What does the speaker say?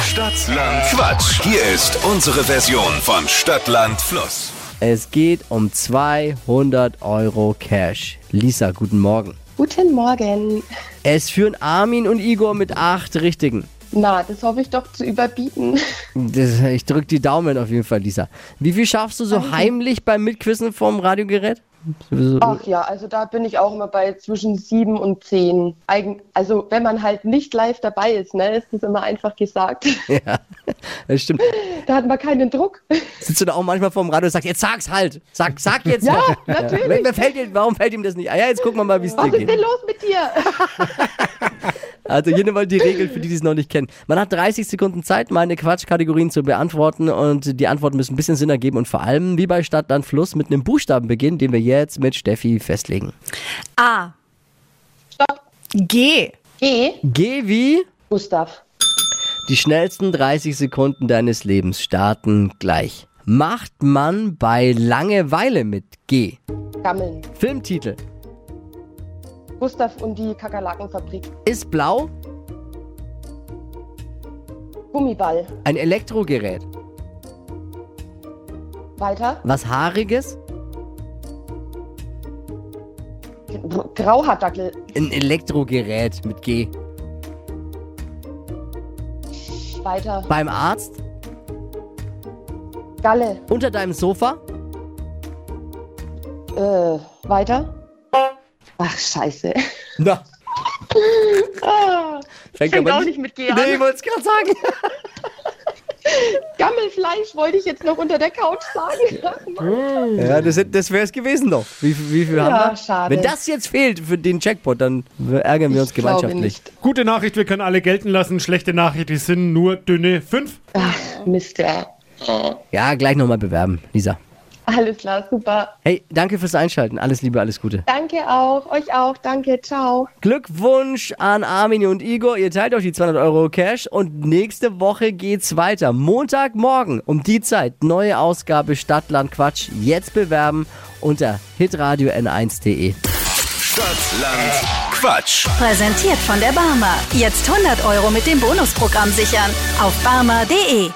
Stadtland Quatsch. Hier ist unsere Version von Stadtland Fluss. Es geht um 200 Euro Cash. Lisa, guten Morgen. Guten Morgen. Es führen Armin und Igor mit acht Richtigen. Na, das hoffe ich doch zu überbieten. Das, ich drück die Daumen auf jeden Fall, Lisa. Wie viel schaffst du so heimlich beim Mitquissen vom Radiogerät? So- Ach ja, also da bin ich auch immer bei zwischen sieben und zehn. Eigen, also wenn man halt nicht live dabei ist, ne, ist das immer einfach gesagt. Ja, das stimmt. Da hat man keinen Druck. Sitzt du da auch manchmal vorm Radio und sagst, jetzt sag's halt. Sag, sag jetzt Ja, doch. natürlich. Wer- wer fällt dir, warum fällt ihm das nicht? Ah ja, jetzt gucken wir mal, wie es dir Was ist denn geht. los mit dir? Also hier nochmal die Regel für die, die es noch nicht kennen. Man hat 30 Sekunden Zeit, meine Quatschkategorien zu beantworten und die Antworten müssen ein bisschen Sinn ergeben und vor allem, wie bei Stadt, Land, Fluss, mit einem Buchstaben beginnen, den wir jetzt mit Steffi festlegen. A. Stopp. G. Geh, Geh wie? Gustav. Die schnellsten 30 Sekunden deines Lebens starten gleich. Macht man bei Langeweile mit G. Gammeln. Filmtitel. Gustav und die Kakerlakenfabrik. Ist blau Gummiball. ein Elektrogerät. Weiter. Was haariges? Grauhaardackel. Ein Elektrogerät mit G. Weiter. Beim Arzt? Galle. Unter deinem Sofa? Äh, weiter. Ach, scheiße. Na, Ah, fängt fängt auch nicht mit G an. Nee, ich wollte es gerade sagen. Gammelfleisch wollte ich jetzt noch unter der Couch sagen. Ach, Mann. Ja, das, hätt- das wäre es gewesen noch. Wie, viel- wie viel Ja, haben wir? schade. Wenn das jetzt fehlt für den Checkpot, dann ärgern wir uns Ich glaube gemeinschaftlich. nicht. Gute Nachricht, wir können alle gelten lassen. Schlechte Nachricht, die sind nur dünne 5. Ach, Mist, ja. Ja, gleich nochmal bewerben, Lisa. Alles klar, super. Hey, danke fürs Einschalten. Alles Liebe, alles Gute. Danke auch, euch auch, danke, ciao. Glückwunsch an Armin und Igor. Ihr teilt euch die 200 Euro Cash und nächste Woche geht's weiter. Montagmorgen um die Zeit. Neue Ausgabe Stadtland Quatsch. Jetzt bewerben unter hitradio n1.de. Stadtland Quatsch. Präsentiert von der Barmer. Jetzt 100 Euro mit dem Bonusprogramm sichern. Auf barmer.de.